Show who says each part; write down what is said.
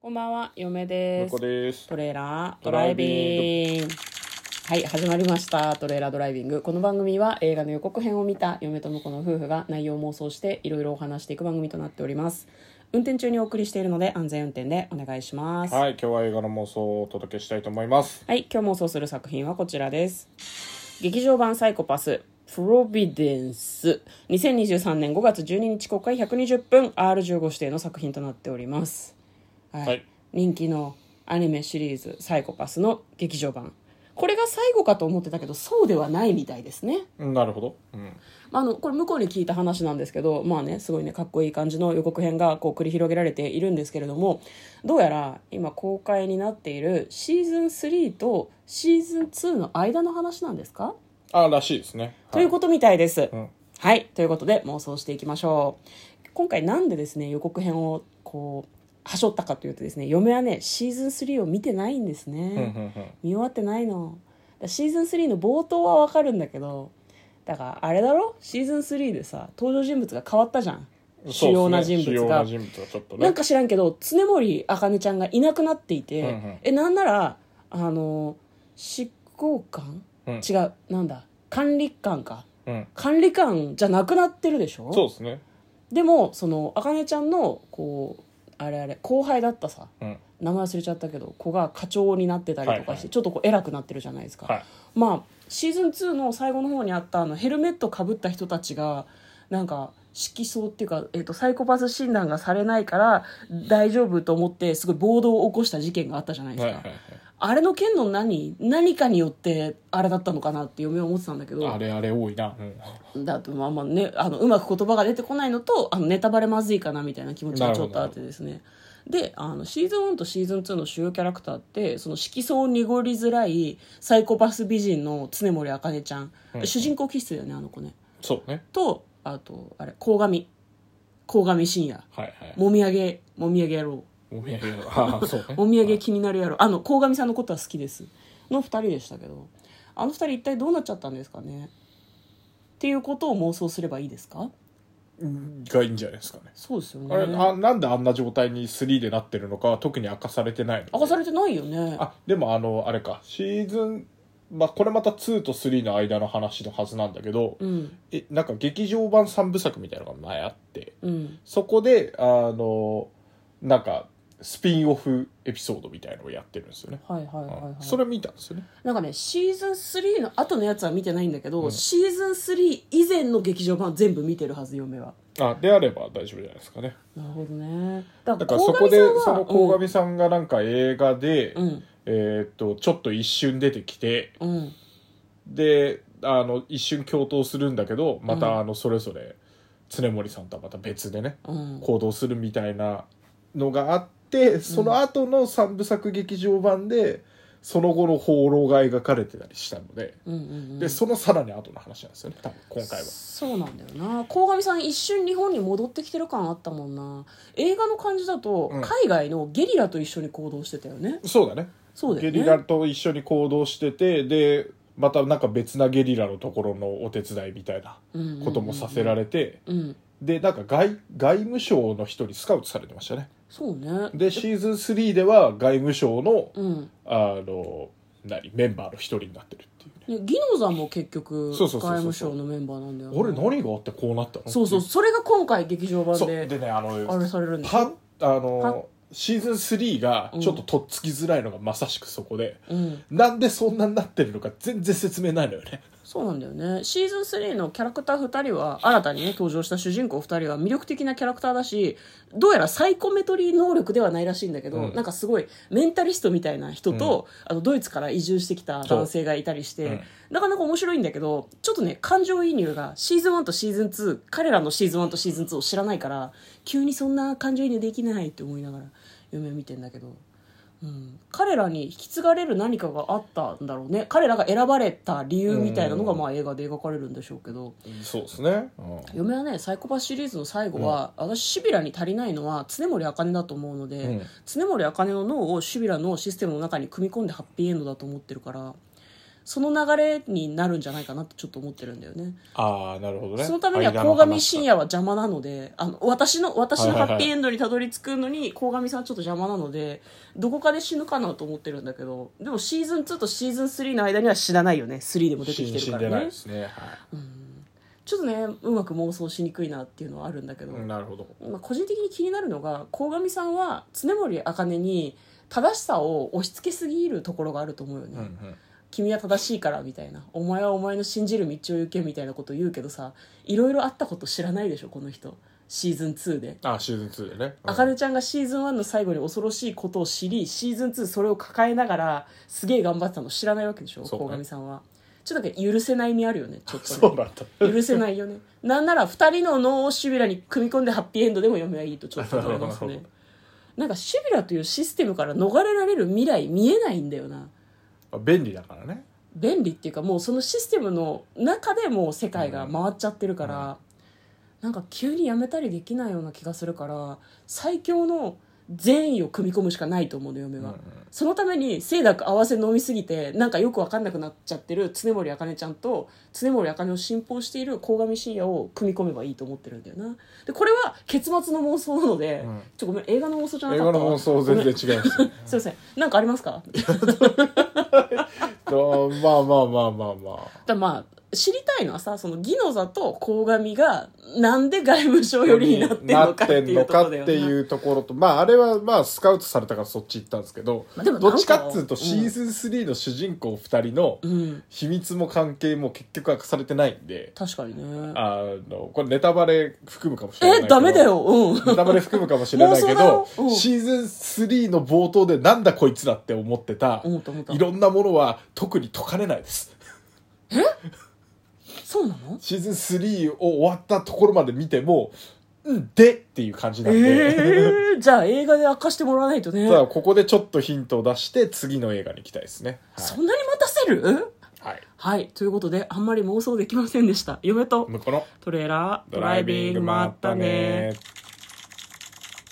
Speaker 1: こんばんは、嫁です。
Speaker 2: こです
Speaker 1: トレーラード
Speaker 2: ド
Speaker 1: ラ
Speaker 2: ラ
Speaker 1: イ
Speaker 2: イ
Speaker 1: ビ
Speaker 2: ビ
Speaker 1: ング。はい、始まりました。トレーラードライビング。この番組は映画の予告編を見た嫁と婿の夫婦が内容を妄想していろいろお話していく番組となっております。運転中にお送りしているので安全運転でお願いします。はい、
Speaker 2: はい今日は映画の妄想をお届けしたいと思います
Speaker 1: 今日妄想する作品はこちらです。劇場版サイコパス。プロビデンス2023年5月12日公開120分 R15 指定の作品となっておりますはい、
Speaker 2: はい
Speaker 1: 人気のアニメシリーズ「サイコパス」の劇場版これが最後かと思ってたけどそうではないみたいですね、
Speaker 2: うんなるほど、うん、
Speaker 1: まあ、あのこれ向こうに聞いた話なんですけどまあねすごいねかっこいい感じの予告編がこう繰り広げられているんですけれどもどうやら今公開になっているシーズン3とシーズン2の間の話なんですか
Speaker 2: あらしいですね
Speaker 1: という
Speaker 2: こ
Speaker 1: ことみたいです。
Speaker 2: ん
Speaker 1: はい。ということで妄想していきましょう。今回なんでですね、予告編をこう、はしょったかというとですね、嫁はね、シーズン3を見てないんですね。
Speaker 2: うんうんうん
Speaker 1: 見終わってないの。だシーズン3の冒頭はわかるんだけど、だからあれだろシーズン3でさ、登場人物が変わったじゃん。
Speaker 2: そうっすね
Speaker 1: 主要な人
Speaker 2: 主
Speaker 1: 物
Speaker 2: 要
Speaker 1: が
Speaker 2: な。人物がちょっとね
Speaker 1: なんか知らんけど常森茜ちゃんがいなくなっていて、
Speaker 2: うんうん
Speaker 1: えなんならあの執行官、
Speaker 2: うん
Speaker 1: 違うなんだ管理官か
Speaker 2: うん
Speaker 1: 管理官じゃなくなってるでしょ
Speaker 2: そうですね
Speaker 1: でもその茜ちゃんのこうあれあれ後輩だったさ
Speaker 2: うん
Speaker 1: 名前忘れちゃったけど子が課長になってたりとかして、
Speaker 2: はいはい
Speaker 1: ちょっとこう偉くなってるじゃないですか、
Speaker 2: はい
Speaker 1: まあシーズン2の最後の方にあったあのヘルメットかぶった人たちがなんか色相っていうか、えっとサイコパス診断がされないから大丈夫と思ってすごい暴動を起こした事件があったじゃないです
Speaker 2: はい
Speaker 1: か、
Speaker 2: はいはい
Speaker 1: あれの件の何何かによってあれだったのかなって嫁は思ってたんだけど
Speaker 2: あれあれ多いな、うん
Speaker 1: だとまあまあねあのうまく言葉が出てこないのとあのネタバレまずいかなみたいな気持ちがちょっとあってですねであのシーズン1とシーズン2の主要キャラクターってその色相を濁りづらいサイコパス美人の常森茜ちゃん、
Speaker 2: うん
Speaker 1: 主人公気質だよねあの子ね
Speaker 2: そうね
Speaker 1: とあとあれ鴻上鴻上信也
Speaker 2: はいはい
Speaker 1: もみあげもみあげ野郎
Speaker 2: お土産ああそうね
Speaker 1: お土産気になるやろあの鴻上さんのことは好きですの2人でしたけどあの2人一体どうなっちゃったんですかねっていうことを妄想すればいいですか
Speaker 2: うんがいいんじゃないですかね
Speaker 1: そうですよね
Speaker 2: あれあなんであんな状態に3でなってるのかは特に明かされてないの
Speaker 1: 明かされてないよね
Speaker 2: あでもあのあれかシーズンまあこれまた2と3の間の話のはずなんだけど、
Speaker 1: うん
Speaker 2: えなんか劇場版3部作みたいなのが前あって
Speaker 1: うん
Speaker 2: そこであのなんかスピンオフエピソードみたいのをやってるんですよね、
Speaker 1: はいはいはい、はい
Speaker 2: うんそれ見たんですよね
Speaker 1: なんかねシーズン3の後のやつは見てないんだけど、
Speaker 2: うん
Speaker 1: シーズン3以前の劇場版全部見てるはず嫁は
Speaker 2: あであれば大丈夫じゃないですかね
Speaker 1: なるほどねだか
Speaker 2: だかららそ
Speaker 1: 鴻
Speaker 2: こ
Speaker 1: 上
Speaker 2: で
Speaker 1: さんは
Speaker 2: その鴻上さんがなんか映画で、
Speaker 1: うん
Speaker 2: えーっとちょっと一瞬出てきて
Speaker 1: うん、うん
Speaker 2: であの一瞬共闘するんだけどま
Speaker 1: うん
Speaker 2: たあのそれぞれ常森さんとはまた別でね
Speaker 1: うん
Speaker 2: 行動するみたいなのがあってその後の三部作劇場版でその後の放浪が描かれてたりしたので,、
Speaker 1: うんうん
Speaker 2: でそのさらに後の話なんですよね多分今回は。
Speaker 1: そうなんだよな鴻上さん一瞬日本に戻ってきてる感あったもんな映画の感じだと、
Speaker 2: うん
Speaker 1: 海外のゲリラと一緒に行動してたよね
Speaker 2: そうだね
Speaker 1: そうだよ
Speaker 2: ゲ
Speaker 1: ね
Speaker 2: リラと一緒に行動しててでまたなんか別なゲリラのところのお手伝いみたいなこともさせら
Speaker 1: れ
Speaker 2: れて、
Speaker 1: うん
Speaker 2: でなんか外外務省の人にスカウトされてましたね
Speaker 1: そうね
Speaker 2: でシーズン3では外務省の
Speaker 1: うん
Speaker 2: あの何メンバーの一人になってるっていうね
Speaker 1: ね、技能さんも結局外
Speaker 2: そうそうそうそう
Speaker 1: 務省のメンバーなんだよな
Speaker 2: あれ何があってこうなったの
Speaker 1: そうそうそれが今回劇場版
Speaker 2: そう
Speaker 1: で
Speaker 2: でねあ
Speaker 1: あれ
Speaker 2: の
Speaker 1: されるんです
Speaker 2: パ
Speaker 1: よ、
Speaker 2: あのシーズン3が
Speaker 1: うん
Speaker 2: ちょっととっつきづらいのがまさしくそこで、
Speaker 1: うん、
Speaker 2: なんでそんなになってるのか全然説明ないのよね
Speaker 1: そうなんだよねシーズン3のキャラクター2人は新たにね登場した主人公2人は魅力的なキャラクターだしどうやらサイコメトリー能力ではないらしいんだけど、
Speaker 2: うん
Speaker 1: なんかすごいメンタリストみたいな人と、あのドイツから移住してきた男性がいたりして、
Speaker 2: うん
Speaker 1: なかなか面白いんだけどちょっとね感情移入がシーズン1とシーズン2彼らのシーズン1とシーズン2を知らないから急にそんな感情移入できないって思いながら夢を見てんだけど。うん、彼らに引き継がれる何かがあったんだろうね彼らが選ばれた理由みたいなのが
Speaker 2: うん
Speaker 1: まあ映画で描かれるんでしょうけど
Speaker 2: そうですね、
Speaker 1: 嫁はねサイコパスシリーズの最後は、私シビラに足りないのは常森茜だと思うので、
Speaker 2: うん
Speaker 1: 常森茜の脳をシビラのシステムの中に組み込んでハッピーエンドだと思ってるからその流れになるんじゃないかなってちょっと思ってるんだよね
Speaker 2: ああなるほどね
Speaker 1: そのためには
Speaker 2: 間
Speaker 1: 鴻上信
Speaker 2: 話
Speaker 1: 也は邪魔なのであの私の私の
Speaker 2: はい
Speaker 1: ハ
Speaker 2: はいはい
Speaker 1: ッピーエンドにたどり着くのに鴻上さんはちょっと邪魔なのでどこかで死ぬかなと思ってるんだけどでもシーズン2とシーズン3の間には死なないよね3でも出てきて
Speaker 2: 死
Speaker 1: る
Speaker 2: ん
Speaker 1: か
Speaker 2: でな
Speaker 1: ら
Speaker 2: い
Speaker 1: ね
Speaker 2: ですね、は
Speaker 1: ちょっとねうまく妄想しにくいなっていうのはあるんだけど、
Speaker 2: いうん、なるほど
Speaker 1: まあ、個人的に気になるのが鴻上さんは常森茜に正しさを押し付けすぎるところがあると思うよね、
Speaker 2: うんうん
Speaker 1: 君は正しいからみたいなお前はお前の信じる道を行けみたいなこと言うけどさいろいろあったこと知らないでしょこの人シーズン2で。
Speaker 2: あシーズン2でね、うん
Speaker 1: あかねちゃんがシーズン1の最後に恐ろしいことを知りシーズン2それを抱えながらすげえ頑張ってたの知らないわけでしょ
Speaker 2: そうね
Speaker 1: 鴻、上さんはちょっとだけ許せない身あるよねちょっとね
Speaker 2: そうなんだ
Speaker 1: 許せないよねなんなら2人の脳をシュビラに組み込んでハッピーエンドでも読めばいいとちょっと思います
Speaker 2: なる
Speaker 1: ね
Speaker 2: ほど
Speaker 1: なんかシュビラというシステムから逃れられる未来見えないんだよな
Speaker 2: まあ便利だからね
Speaker 1: 便利っていうかもうそのシステムの中でもう世界が回っちゃってるから、なんか急にやめたりできないような気がするから最強の善意を組み込むしかないと思うの嫁は、
Speaker 2: うんうん
Speaker 1: そのために清濁合わせ飲みすぎてなんかよく分かんなくなっちゃってる常森茜ちゃんと常森茜を信奉している鴻上信也を組み込めばいいと思ってるんだよなでこれは結末の妄想なので、
Speaker 2: うん
Speaker 1: ちょごめん映画の妄想じゃな
Speaker 2: 映
Speaker 1: か
Speaker 2: 画
Speaker 1: った
Speaker 2: の妄
Speaker 1: わ
Speaker 2: 想全然違いますよ
Speaker 1: すいませんなんかありますか
Speaker 2: あーまあまあまあまあまあ
Speaker 1: だからまあ知りたいのはさそのギノザと鴻上がなんで外務省寄りになってんのかっていうところだ
Speaker 2: な
Speaker 1: よ
Speaker 2: ってんのかっ
Speaker 1: ね
Speaker 2: ていうところとまああれはまあスカウトされたからそっち行ったんですけど、
Speaker 1: まあでもなん
Speaker 2: ど
Speaker 1: か
Speaker 2: っちかっつうとシーズン3の主人公2人の
Speaker 1: うん
Speaker 2: 秘密も関係も結局明かされてないんで、
Speaker 1: 確かにね
Speaker 2: あのこれネタバレ含むかもしれないけ
Speaker 1: え
Speaker 2: ど
Speaker 1: ダメだようん
Speaker 2: ネタバレ含むかもしれないけ
Speaker 1: 妄想
Speaker 2: ど、
Speaker 1: だようん
Speaker 2: シーズン3の冒頭でなんだこいつだって思ってた、
Speaker 1: 思った思った
Speaker 2: いろんなものは特に解かれないです
Speaker 1: そうなの
Speaker 2: シーズン3を終わったところまで見てもうんでっていう感じなんで、
Speaker 1: えー、じゃあ映画で明かしてもらわないとね
Speaker 2: ただここでちょっとヒントを出して次の映画に行きたいですね
Speaker 1: そんなに待たせる
Speaker 2: はい、はい、
Speaker 1: はいということであんまり妄想できませんでした嫁と
Speaker 2: 向こうの
Speaker 1: トレーラード
Speaker 2: ドライビングもあったね